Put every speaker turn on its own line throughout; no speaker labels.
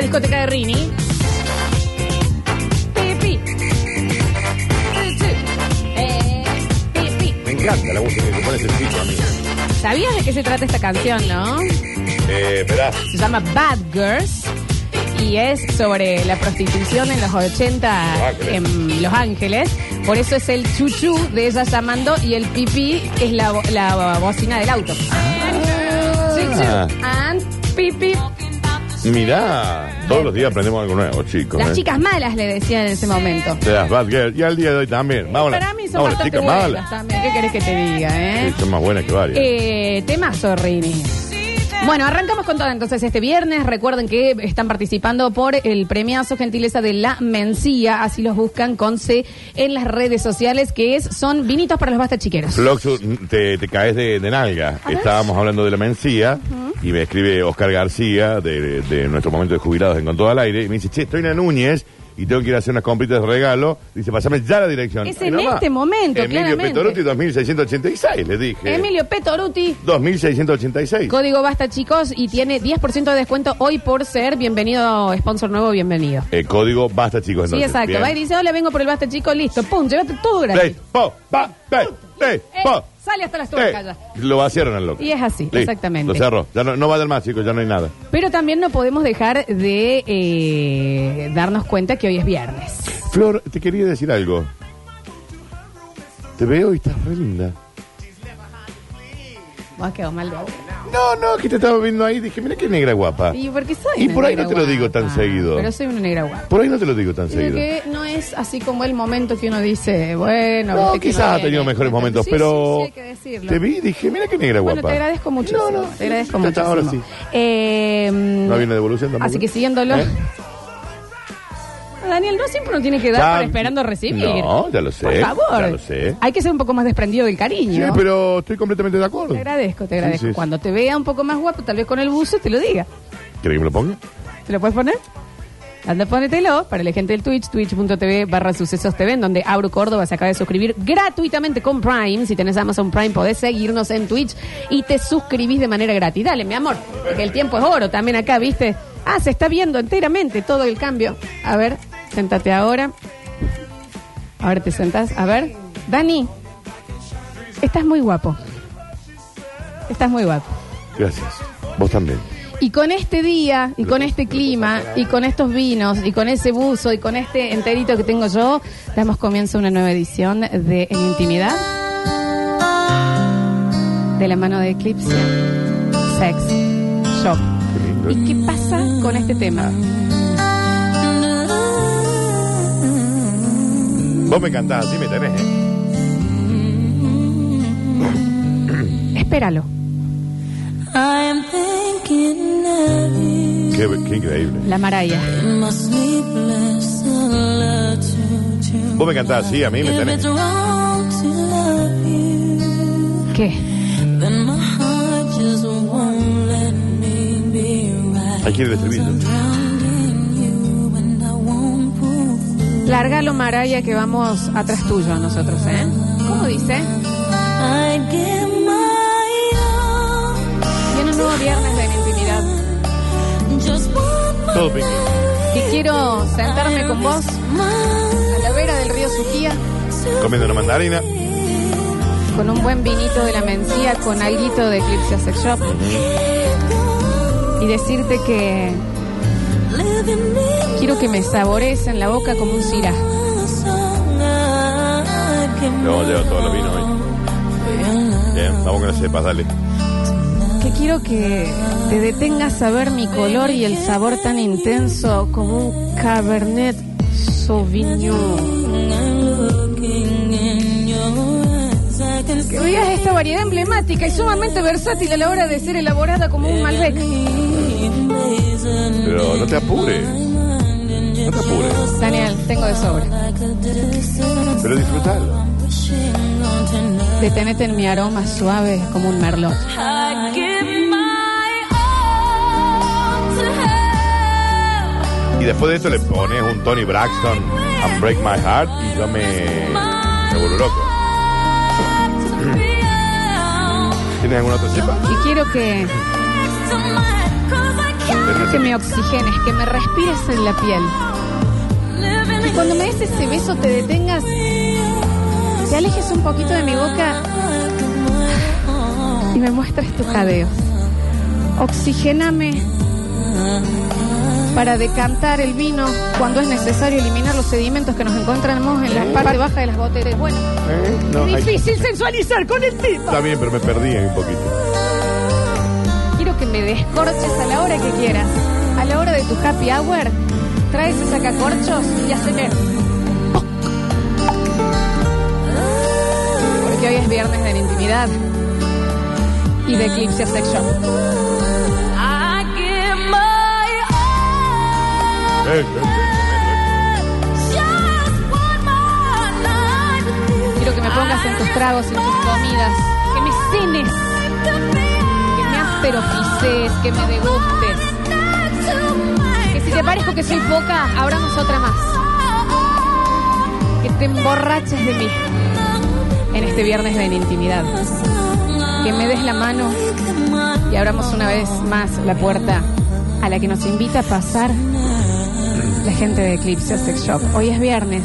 discoteca de Rini. Pi, pi. Eh, pi, pi.
Me encanta la música que pones el pico, amigo.
¿Sabías de qué se trata esta canción, no?
Eh, verás.
Se llama Bad Girls y es sobre la prostitución en los 80
Los Ángeles.
en Los Ángeles. Por eso es el chuchu de ella llamando y el pipí es la, bo- la bocina del auto.
Ah.
Chuchu and pipí.
Mirá, todos los días aprendemos algo nuevo, chicos.
Las
eh.
chicas malas le decían en ese momento.
De las Bad Girls. Y al día de hoy también. Vamos,
Para mí son
vamos, las
bastante
chicas
buenas
malas.
también. ¿Qué querés que te diga, eh?
Sí, son más buenas que varias.
Eh, temazo, Rini. Bueno, arrancamos con todo entonces este viernes. Recuerden que están participando por el premiazo gentileza de La Mencía. Así los buscan con C en las redes sociales, que es son vinitos para los basta chiqueros.
Floxu, te, te caes de, de nalga. Estábamos hablando de la mencía y me escribe Oscar García de, de nuestro momento de jubilados en Con Todo al Aire y me dice, che, estoy en la Núñez y tengo que ir a hacer unas compritas de regalo. Dice, pasame ya la dirección.
Es
Y
en
nomás,
este momento,
Emilio
claramente.
Petorotti, 2686, le dije.
Emilio Petoruti.
2686.
Código basta chicos y tiene 10% de descuento hoy por ser bienvenido, sponsor nuevo, bienvenido.
Eh, código basta, chicos.
Sí,
entonces.
exacto.
Bien.
Va y dice, hola, vengo por el basta chico, listo. Pum, llévate todo gratis.
Play, po, pa, play, play,
Eh,
po.
sale hasta las
play.
tuercas ya.
Lo vaciaron al loco.
Y es así,
Listo,
exactamente.
Lo cerró. Ya no, no va a dar más, chicos, ya no hay nada.
Pero también no podemos dejar de eh, darnos cuenta que hoy es viernes.
Flor, te quería decir algo. Te veo y estás re linda.
Vos has quedado mal de boca.
No, no, que te estaba viendo ahí. Dije, mira qué negra guapa.
Y porque soy
Y
una
por ahí
negra
no te lo digo tan
guapa,
seguido.
Pero soy una negra guapa.
Por ahí no te lo digo tan
Sino
seguido.
que no es así como el momento que uno dice, bueno,
No,
viste que
quizás
no
ha tenido
viene.
mejores momentos,
Sí,
pero
sí, sí, hay que decirlo.
te vi y dije, mira qué negra
Bueno,
guapa.
te agradezco muchísimo.
No, no,
te agradezco
ya está,
muchísimo.
ahora sí.
Eh,
No viene devolución tampoco.
Así que siguiéndolo.
¿Eh?
Daniel, no siempre uno tiene que dar
Ya-
para esperando recibir.
No, ya lo sé,
Por favor.
ya lo sé.
Hay que ser un poco más desprendido del
Sí,
cariño.
pero estoy completamente de acuerdo.
Te agradezco, te
Sí,
agradezco.
sí, sí.
Cuando te vea un poco más guapo, tal vez con el buzo, te lo diga.
¿Querés que me lo ponga?
¿Te lo puedes poner? Anda, ponételo para la gente del Twitch, twitch.tv barra sucesos TV, en donde Abro Córdoba se acaba de suscribir gratuitamente con Prime. Si tenés Amazon Prime, podés seguirnos en Twitch y te suscribís de manera gratis. Dale, mi amor, porque el tiempo es oro también acá, ¿viste? Ah, se está viendo enteramente todo el cambio. A ver, sentate ahora. A ver, te sentás. A ver, Dani, estás muy guapo. Estás muy guapo.
Gracias. Vos también.
Y con este día, y con este clima, y con estos vinos, y con ese buzo, y con este enterito que tengo yo, damos comienzo a una nueva edición de En Intimidad. De la mano de Eclipse, Sex Shop.
Qué lindo.
¿Y qué pasa con este tema?
Vos me cantás, así me tenés, ¿eh?
Espéralo.
I'm thinking of you.
Qué, qué increíble.
La Maraya.
My sleepless solitude.
Vos me cantás así, a mí me
If
tenés.
it's wrong to love you,
¿Qué?
then my heart just won't let me be right.
Ahí quiere el
'Cause I'm
estribillo.
drowned in you and I won't pull through.
Lárgalo, Maraya, que vamos atrás tuyo nosotros, ¿eh? ¿Cómo dice?
I'd give my all,
Viene un nuevo viernes de En Intimidad.
just one more
Todo pequeño.
Que quiero sentarme con vos a la vera del río Suquía.
Comiendo una mandarina.
con un buen vinito de la mencía, con alguito de Eclipse Sex Shop y decirte que
Living in
quiero que me saborees en la boca como un sirá.
Yo llevo todos los vinos hoy. Bien, vamos con las cepas, dale.
Que quiero que te detengas a ver mi color y el sabor tan intenso como un Cabernet Sauvignon. Que veas esta variedad emblemática y sumamente versátil a la hora de ser elaborada como un Malbec.
Pero no te apures. No te apures.
Daniel, tengo de sobra.
Pero disfrutalo.
Detenete en mi aroma suave como un merlot.
I'd give my all to have
Y después de esto le pones un Tony Braxton a Break My Heart y yo me. me vuelvo loco.
to be out
¿Tienes alguna otra cepa?
Y quiero que
next to mine, 'cause I can't
Quiero que me oxigenes, que me respires en la piel. Y cuando me des ese beso, te detengas, te alejes un poquito de mi boca y me muestres tu jadeo. Oxigéname para decantar el vino cuando es necesario eliminar los sedimentos que nos encontramos en la parte baja de las botellas. Bueno,
¿Eh? No,
es
hay-
difícil sensualizar con el tipo.
Está bien, pero me perdí ahí un poquito.
Quiero que me descorches a la hora que quieras. A la hora de tu happy hour, traes el sacacorchos y haceme. ¡poc! Porque hoy es viernes de la intimidad y de eclipse sexual.
I give my all.
Eh,
Just one more night with you.
Quiero que me pongas en tus tragos, en tus comidas, que me cenes, que me asperofices, que me degustes. Que si te parezco que soy poca, abramos otra más. Que te emborraches de mí en este viernes de la intimidad. Que me des la mano y abramos una vez más la puerta a la que nos invita a pasar la gente de Eclipse Sex Shop. Hoy es viernes,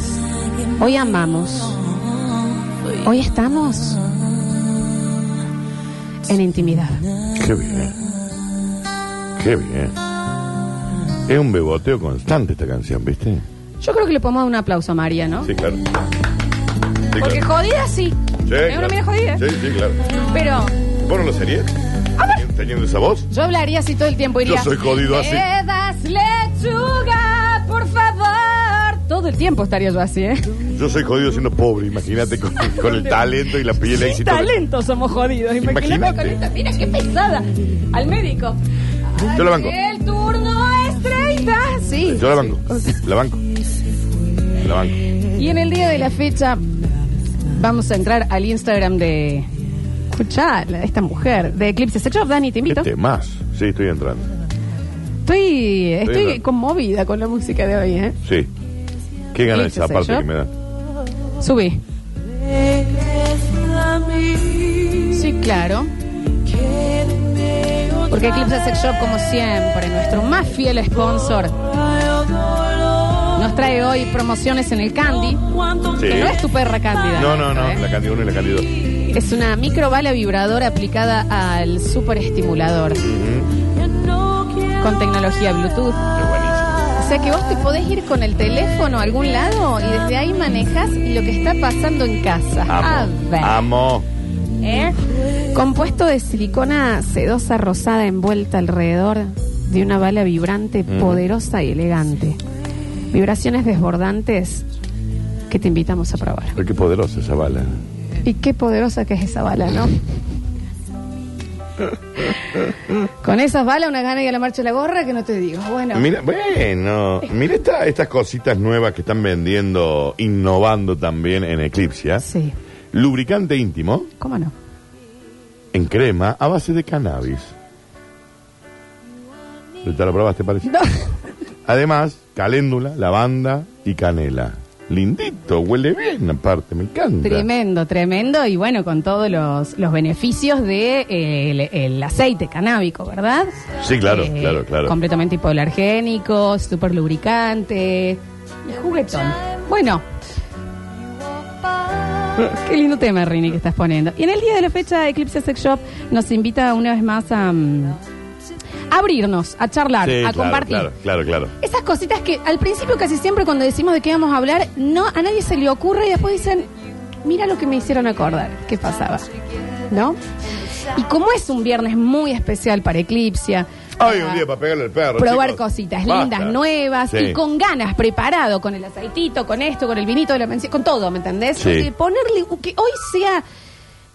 hoy amamos, hoy estamos en intimidad.
Qué bien. Qué bien. Es un beboteo constante esta canción, ¿viste?
Yo creo que le podemos dar un aplauso a María, ¿no?
Sí, claro. Sí,
Porque
claro.
jodida sí.
Sí,
es una
claro.
mina jodida.
Sí, sí, claro.
Pero
¿Vos no lo serías? ¿Teniendo esa voz?
yo hablaría así todo el tiempo. Iría,
Yo soy jodido así.
"Me das lechuga, por favor. Todo el tiempo estaría yo así, ¿eh?
Yo soy jodido siendo pobre, imagínate, con, con el talento y la piel
Sin
éxito.
talento somos jodidos. Imagínate
Imagínate.
con esta. Mira qué pesada. Al médico.
Yo la banco.
El turno es 30. Sí.
Yo la banco. La banco. La banco.
Y en el día de la fecha vamos a entrar al Instagram de. Escuchá, la- esta mujer de Eclipse Sex Shop. Dani, te
¿Qué
invito.
temas? Este Sí, estoy entrando.
Estoy, estoy
bien.
conmovida con la música de hoy, ¿eh?
Sí. Qué gana
Eclipse
esa parte
Sex
que me da.
Subí. Sí, claro. Porque Eclipse Sex Shop, como siempre, nuestro más fiel sponsor, nos trae hoy promociones en el Candy,
Sí.
que no es tu perra cándida.
No, no, no.
¿eh?
La cantidad 1 y la cantidad 2.
Es una microbala vibradora aplicada al superestimulador
Mm.
con tecnología Bluetooth.
Es buenísimo.
O sea que vos te podés ir con el teléfono a algún lado y desde ahí manejas lo que está pasando en casa. A
Amo.
ver.
Amo.
¿Eh? Compuesto de silicona sedosa rosada envuelta alrededor de una bala vibrante,
Mm.
poderosa y elegante. Vibraciones desbordantes que te invitamos a probar.
Pero qué poderosa esa bala.
Y qué poderosa que es esa bala, ¿no? Con esas balas, una gana y a la marcha de la gorra que no te digo. Bueno,
Mira, bueno, mira esta- estas cositas nuevas que están vendiendo, innovando también en Eclipse. ¿ah?
sí,
Lubricante íntimo
¿cómo no?
en crema a base de cannabis. ¿Te lo probaste, parece?
No.
Además, caléndula, lavanda y canela. Lindito, huele bien aparte, me encanta.
Tremendo, tremendo. Y bueno, con todos los, los beneficios de, eh, el, el aceite canábico, ¿verdad? Eh,
Sí, claro, claro, claro.
Completamente hipoalergénico, súper lubricante. y Juguetón. Bueno. Qué lindo tema, Rini, que estás poniendo. Y en el día de la fecha, Eclipse Sex Shop nos invita una vez más a mm, abrirnos, a charlar,
Sí,
a
claro,
compartir.
Claro, claro, claro.
Esas cositas que al principio casi siempre cuando decimos de qué vamos a hablar, no a nadie se le ocurre y después dicen, mira lo que me hicieron acordar, qué pasaba. ¿No? Y como es un viernes muy especial para Eclipsia,
Ay, un
para
día para pegarle al perro.
Ah. probar
chicos.
cositas
Basta.
lindas, nuevas
Sí.
y con ganas, preparado, con el aceitito, con esto, con el vinito de la pensión, con todo, ¿me entendés?
Sí.
O sea, ponerle que hoy sea,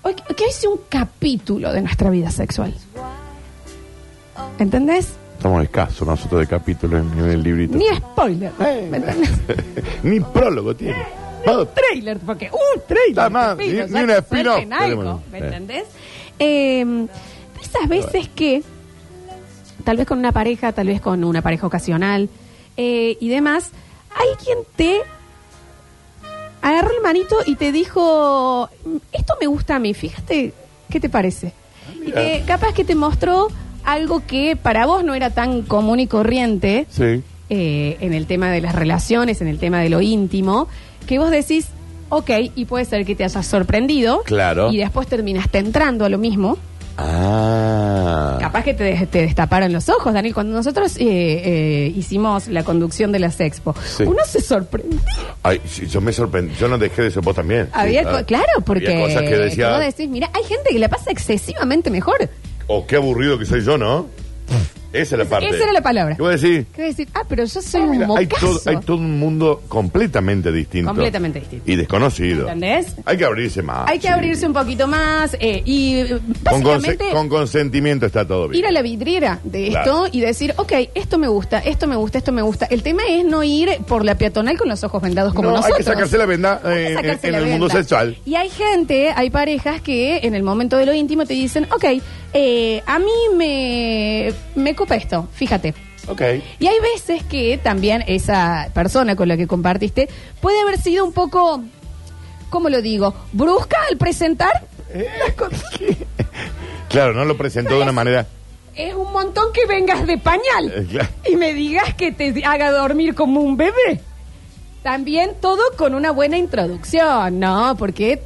hoy- que hoy sea un capítulo de nuestra vida sexual. ¿Entendés?
Estamos escasos nosotros de capítulos en, en el librito.
Ni spoiler.
Eh,
¿Me entendés?
Ni prólogo tiene.
un trailer, porque un trailer.
Está mal,
te pido,
ni-
ya
ni
que
un spin-off
suelten algo,
tenemos.
¿Me
Eh.
entendés? Eh, esas veces que, tal vez con una pareja, tal vez con una pareja ocasional eh, y demás, hay quien te agarró el manito y te dijo, esto me gusta a mí, fíjate, ¿qué te parece? Y
Ah, mira.
te- capaz que te mostró algo que para vos no era tan común y corriente
Sí.
eh, en el tema de las relaciones, en el tema de lo íntimo, que vos decís, ok, y puede ser que te hayas sorprendido.
Claro.
Y después terminaste entrando a lo mismo.
Ah.
Capaz que te, des- te destaparon los ojos, Daniel. Cuando nosotros eh, eh, hicimos la conducción de las expo,
Sí.
uno se sorprendió.
Ay, sí, yo me sorprendí. Yo no dejé de ser vos también.
Ah, Había,
Sí, ah.
co- claro, porque
Había cosas que decía.
vos decís, mira, hay gente que la pasa excesivamente mejor.
O "Oh, qué aburrido que soy yo, ¿no? Esa es la parte.
esa era la palabra.
¿Qué voy a decir?
Que decir, ah, pero yo soy un
Mira, hay, todo,
mocazo.
hay todo un mundo completamente distinto.
Completamente distinto.
Y desconocido.
¿Entendés?
Hay que abrirse más.
Hay que
sí.
abrirse un poquito más eh, y eh,
Con, conse-
básicamente
con consentimiento está todo bien.
ir a la vidriera de esto
Claro.
y decir, ok, esto me gusta, esto me gusta, esto me gusta. El tema es no ir por la peatonal con los ojos vendados como
no,
nosotros.
hay que sacarse la venda
Hay
eh,
que
en,
sacarse
en
la
el mundo
venda.
sexual.
Y hay gente, hay parejas que en el momento de lo íntimo te dicen, ok, eh, a mí me, me copa esto, fíjate.
Ok.
Y hay veces que también esa persona con la que compartiste puede haber sido un poco, ¿cómo lo digo? Brusca al presentar
Eh.
las cosas.
Claro, no lo presentó de una manera.
Es un montón que vengas de pañal
Eh, claro.
y me digas que te haga dormir como un bebé. También todo con una buena introducción, ¿no? Porque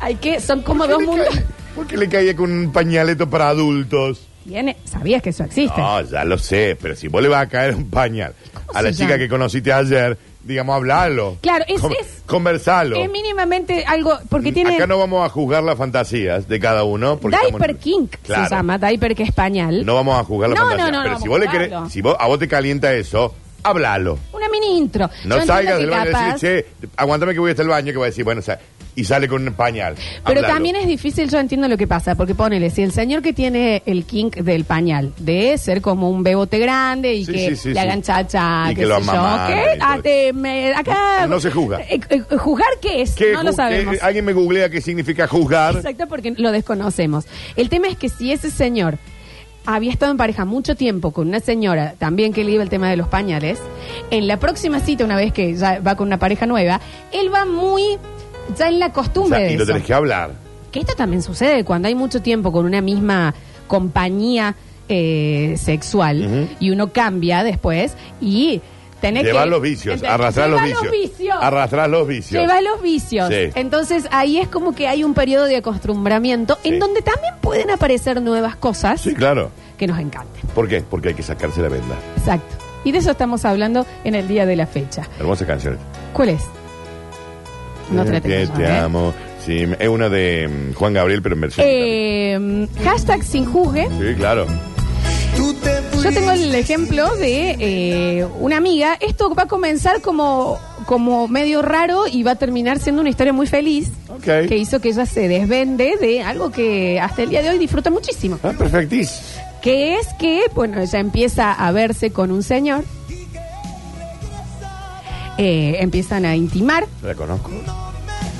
hay que, son como
¿Por
dos
qué le
mundos.
cae- ¿Por qué le caía con un pañaleto para adultos?
Tiene- sabías que eso existe.
No, ya lo sé, pero si vos le vas a caer un pañal a la
se
chica
llama?
que conociste ayer, digamos, hablalo.
Claro, es-
Con-
es-
Conversalo.
Es mínimamente algo, porque tiene
Mm, Acá no vamos a juzgar las fantasías de cada uno. Porque
Diaper
estamos-
King,
Claro.
se llama, Diaper que es pañal.
No vamos a juzgar las
No,
fantasías.
no, no,
pero
no
si vos le
vamos a
querés,
juzgarlo.
si vos, a vos te calienta eso, háblalo.
Una mini intro.
No
Yo entiendo
salgas
que
del baño y
capaz-
decís, che, aguántame que voy hasta el baño, que voy a decir, bueno, o sea, y sale con un pañal.
Pero
Háblalo.
también es difícil, yo entiendo lo que pasa, porque ponele, si el señor que tiene el kink del pañal, de ser como un bebote grande y
Sí,
que
sí, sí,
le
sí.
hagan chacha,
Y
qué
que lo
sé yo,
amamante
¿qué?
y todo
Ah, te- me- acá...
No se juzga.
Eh, eh, ¿Juzgar qué es?
¿Qué
no lo
ju-
sabemos.
eh, alguien me googlea qué significa juzgar.
Exacto, porque lo desconocemos. El tema es que si ese señor había estado en pareja mucho tiempo con una señora también que le iba el tema de los pañales, en la próxima cita, una vez que ya va con una pareja nueva, él va muy ya en la
O
costumbre
sea,
de
y lo
eso.
tenés que hablar.
Que esto también sucede cuando hay mucho tiempo con una misma compañía eh, sexual
Ujú.
y uno cambia después y tenés
Llevar
que...
los vicios,
Entonces,
arrastrar los
llevar
vicios. Arrastrar los vicios.
Llevas los vicios.
Sí.
Entonces ahí es como que hay un periodo de acostumbramiento
Sí.
en donde también pueden aparecer nuevas cosas
Sí, claro.
que nos encanten.
¿Por qué? Porque hay que sacarse la venda.
Exacto. Y de eso estamos hablando en el día de la fecha.
Hermosa canción.
¿Cuál es? No te la
Eh, que
tengo.
te
¿eh?
amo. Sí, es una de mm, Juan Gabriel, pero en versión.
Eh, hashtag sin juzgue.
Sí, claro.
Yo tengo el ejemplo de eh, una amiga. Esto va a comenzar como, como medio raro y va a terminar siendo una historia muy feliz
Ok.
que hizo que ella se desvende de algo que hasta el día de hoy disfruta muchísimo.
Ah, perfectis.
Que es que, bueno, ella empieza a verse con un señor. Eh, empiezan a intimar.
No la conozco.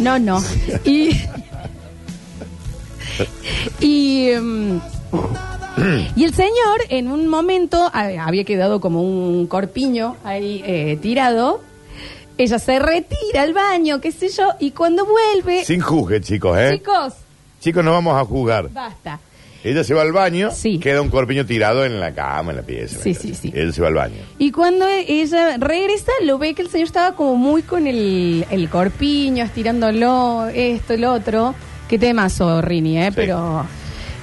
No, no. Y. y. mm, y el señor, en un momento, a- había quedado como un corpiño ahí eh, tirado. Ella se retira al baño, qué sé yo, y cuando vuelve.
Sin juzgue, chicos, ¿eh? Chicos,
Chicos,
no vamos a jugar.
basta.
Ella se va al baño,
Sí.
queda un corpiño tirado en la cama, en la pieza.
Sí,
me
sí,
parece.
sí.
Él se va al baño.
Y cuando ella regresa, lo ve que el señor estaba como muy con el, el corpiño, estirándolo, esto, el otro. Qué temazo, Rini, ¿eh?
Sí.
Pero...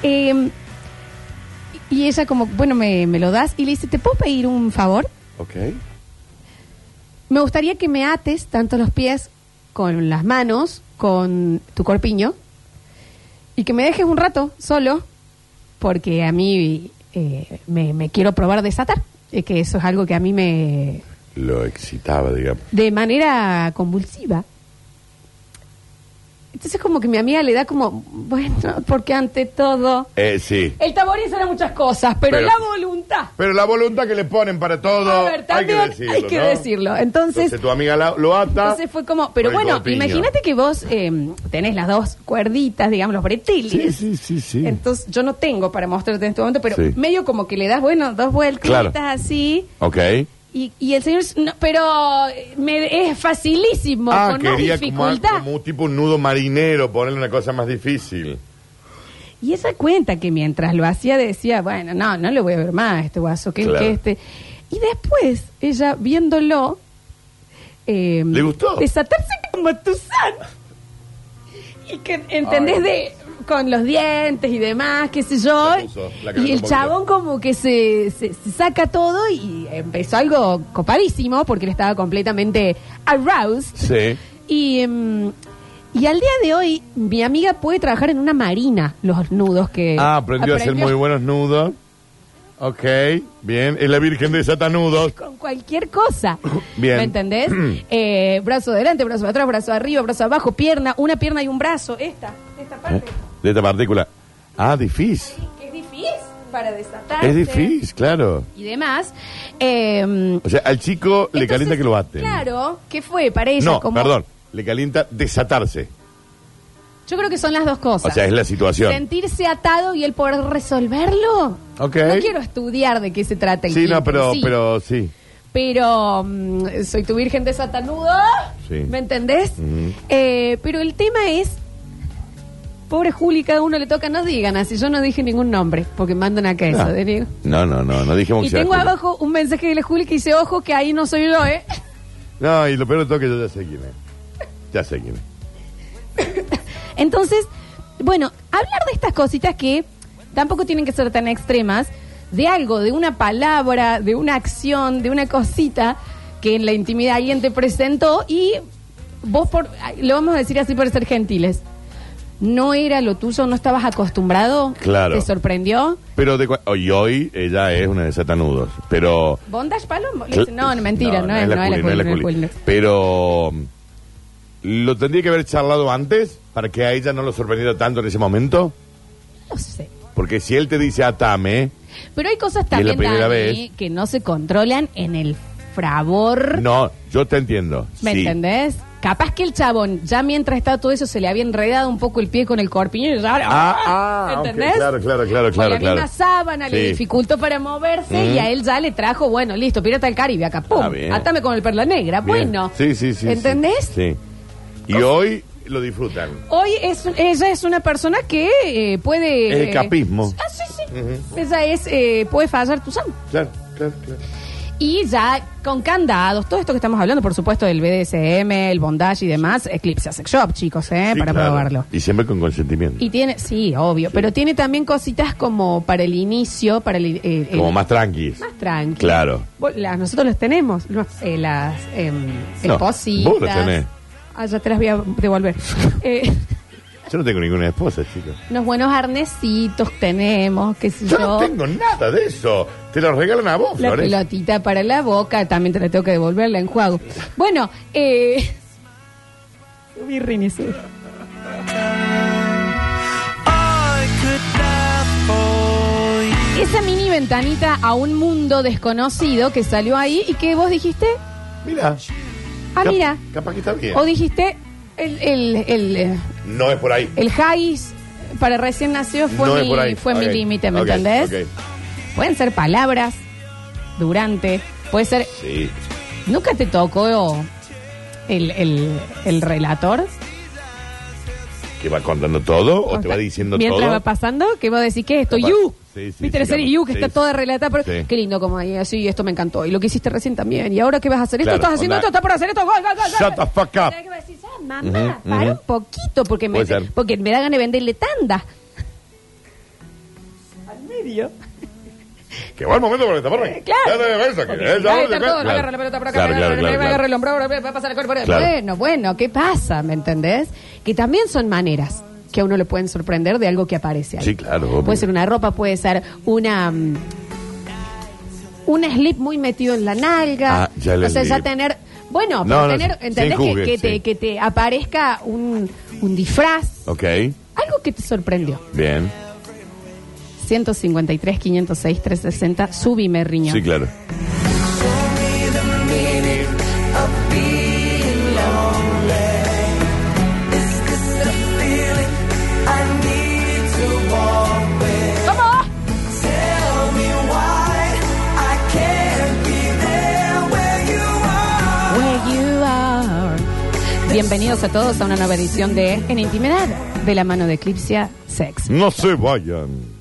eh, y ella como, bueno, me, me lo das. Y le dice, ¿te puedo pedir un favor?
Ok.
Me gustaría que me ates tanto los pies con las manos, con tu corpiño, y que me dejes un rato solo, porque a mí eh, me, me quiero probar desatar. Es que eso es algo que a mí me,
Lo excitaba, digamos.
de manera convulsiva. Entonces como que mi amiga le da como, bueno, porque ante todo,
Eh, sí.
el taboriz era muchas cosas, pero,
Pero-
la voluntad.
Pero la voluntad que le ponen para
A
todo,
ver, también
hay que decirlo.
hay que
¿no?
decirlo. Entonces-
tu amiga la- lo ata.
Entonces fue como, pero
con el
bueno,
corpiño.
imagínate que vos eh, tenés las dos cuerditas, digamos, los breteles.
Sí, sí, sí, sí.
Entonces yo no tengo para mostrarte en este momento, pero
Sí.
medio como que le das, bueno, dos vueltas
Claro.
así.
Ok.
Y, y el señor, no, pero eh, me, es facilísimo,
Ah,
con más
quería como,
dificultad.
como un tipo un nudo marinero, ponerle una cosa más difícil.
Y ella cuenta que mientras lo hacía decía, bueno, no, no le voy a ver más a este guaso, que,
Claro.
que este. Y después, ella viéndolo. eh,
¿Le gustó?
Desatarse como Tuzán. Y que, ¿entendés?
Ay.
De, con los dientes y demás, qué sé yo.
Se puso la cabeza
Y
un
el
poquito.
chabón como que se, se- se saca todo y empezó algo copadísimo porque él estaba completamente aroused.
Sí.
Y, em, y al día de hoy, mi amiga puede trabajar en una marina, los nudos que...
Ah, aprendió, a hacer
aprendió
muy buenos nudos. Ok, bien. Es la Virgen de Satanudos.
Con cualquier cosa.
Bien.
¿Me entendés? Eh, brazo delante, brazo atrás, brazo arriba, brazo abajo, pierna, una pierna y un brazo. Esta, esta parte.
De esta partícula. Ah, difícil.
Sí, que es difícil para desatar.
Es difícil, claro.
Y demás. Eh,
O sea, al chico le
Entonces,
calienta que lo baten.
Claro, ¿qué fue para ella?
No,
como-
perdón. Le calienta desatarse.
Yo creo que son las dos cosas.
O sea, es la situación.
Sentirse atado y el poder resolverlo.
Ok.
No quiero estudiar de qué se trata el
Sí, no,
quinto,
pero
sí.
pero sí.
Pero, mm, soy tu virgen de satanudo.
Sí.
¿Me entendés?
Ujú.
Eh, pero el tema es. Pobre Juli, cada uno le toca, no digan así. Yo no dije ningún nombre, porque mandan acá eso.
No.
te digo.
No, no, no, no dijimos
Y
que sea
tengo
Juli.
abajo un mensaje de la Juli que dice: Ojo, que ahí no soy yo, ¿eh?
No, y lo peor de todo es que yo ya sé quién es. Ya sé quién es.
Entonces, bueno, hablar de estas cositas que tampoco tienen que ser tan extremas, de algo, de una palabra, de una acción, de una cosita que en la intimidad alguien te presentó y vos, por, lo vamos a decir así para ser gentiles, no era lo tuyo, no estabas acostumbrado,
Claro.
te sorprendió.
Pero de cua- y hoy ella es una de Satanudos. Pero
¿Bondage Palombo? Le dice, No, no, mentira, no, es, no es la
Juli, no es la
Juli, no
Juli.
es la Juli.
Pero mm, lo tendría que haber charlado antes para que a ella no lo sorprendiera tanto en ese momento.
No sé.
Porque si él te dice atame,
Pero hay cosas
Y es la
también,
primera
Dani,
vez.
que no se controlan en el favor
no, yo te entiendo.
¿Me
sí.
entendés? Capaz que el chabón, ya mientras estaba todo eso, se le había enredado un poco el pie con el corpiño y ya ahora-
Ah, ah,
¿Entendés?
ok, claro, claro, claro,
Con
claro,
la
claro.
misma sábana le
Sí.
dificultó para moverse y a él ya le trajo, bueno, listo, pirata del Caribe, acá, pum,
Ah, bien.
atame con el perla negra,
Bien.
bueno.
Sí, sí, sí. sí.
¿Entendés?
Sí. Y hoy lo disfrutan.
Hoy es, ella es una persona que eh, puede...
Es escapismo.
Ah, sí, sí. Ella es, eh, puede fallar tu santo.
Claro, claro, claro.
Eh, Y ya con candados, todo esto que estamos hablando, por supuesto, del BDSM, el bondage y demás, Eclipse Sex Shop, chicos, ¿eh?
Sí,
para
claro.
probarlo.
Y siempre con consentimiento.
Y tiene, sí, obvio, pero tiene también cositas como para el inicio, para el... eh, el-
Como más tranquis.
más tranqui.
Claro.
Vos- las- nosotros las tenemos, los- eh, las em,
No,
espositas.
vos las tenés.
Ah, ya te las voy a devolver. Eh,
Yo no tengo ninguna esposa, chicos.
unos buenos arnesitos tenemos, qué sé
Yo
yo.
no tengo nada de eso. Te lo regalan a vos,
La
Flores.
pelotita para la boca, también te la tengo que devolver, la enjuago. Bueno, eh... subí, Rini, subí. Esa mini ventanita a un mundo desconocido que salió ahí y que vos dijiste,
Mira.
ah,
cap-
mira,
Capaz que está bien.
o dijiste, el, el, el, eh,
No es por ahí.
el Haggis para recién nacido fue
no es por
mi,
ahí.
fue
Ok,
mi límite, ¿me
ok,
entendés?
ok.
Pueden ser palabras, durante, puede ser
Sí.
¿Nunca te tocó el, el, el relator?
¿Que va contando todo
O
o, te
sea,
va diciendo
mientras
todo?
va pasando, que vos decís, ¿qué es esto?
Capaz.
You.
Sí, sí,
¿Viste la
sí,
serie
capaz.
You que
Sí,
está
sí.
toda relatada? Pero,
Sí.
Qué lindo como ahí, sí, esto me encantó. Y lo que hiciste recién también. ¿Y ahora qué vas a hacer? Esto
Claro,
estás haciendo
onda.
esto, estás por hacer esto. Gol, gol, gol, gol.
Shut the fuck up.
Y que vos decís, ah, mamá,
Ujú,
para
ujú.
un poquito porque me,
Puede ser.
porque me da ganas de venderle tanda. Al medio.
Que buen momento para destaparme.
Eh, Claro.
Dale, beso, que-
Porque
eh,
si
ya
va a
voy,
estar
ya-
todo,
claro.
agarra la pelota por acá,
Claro, claro, claro,
agarra el
claro.
hombro, ahora va a pasar el cuerpo.
Claro.
Bueno, bueno, ¿qué pasa? ¿Me entendés? Que también son maneras que a uno le pueden sorprender de algo que aparece ahí.
Sí, claro, obvio.
Puede ser una ropa, puede ser una... mm, un slip muy metido en la nalga.
Ah, ya el
o sea, ya
slip.
tener... Bueno,
No,
pero
no,
tener,
sin
¿entendés? que,
juguete,
que te,
sí.
que te aparezca un, un disfraz,
Ok,
algo que te sorprendió.
bien.
153, 506, 360, subime, riñón.
Sí, claro.
¿Cómo? Where you are. Bienvenidos a todos a una nueva edición de En Intimidad, de la mano de Eclipsia Sex.
No se vayan.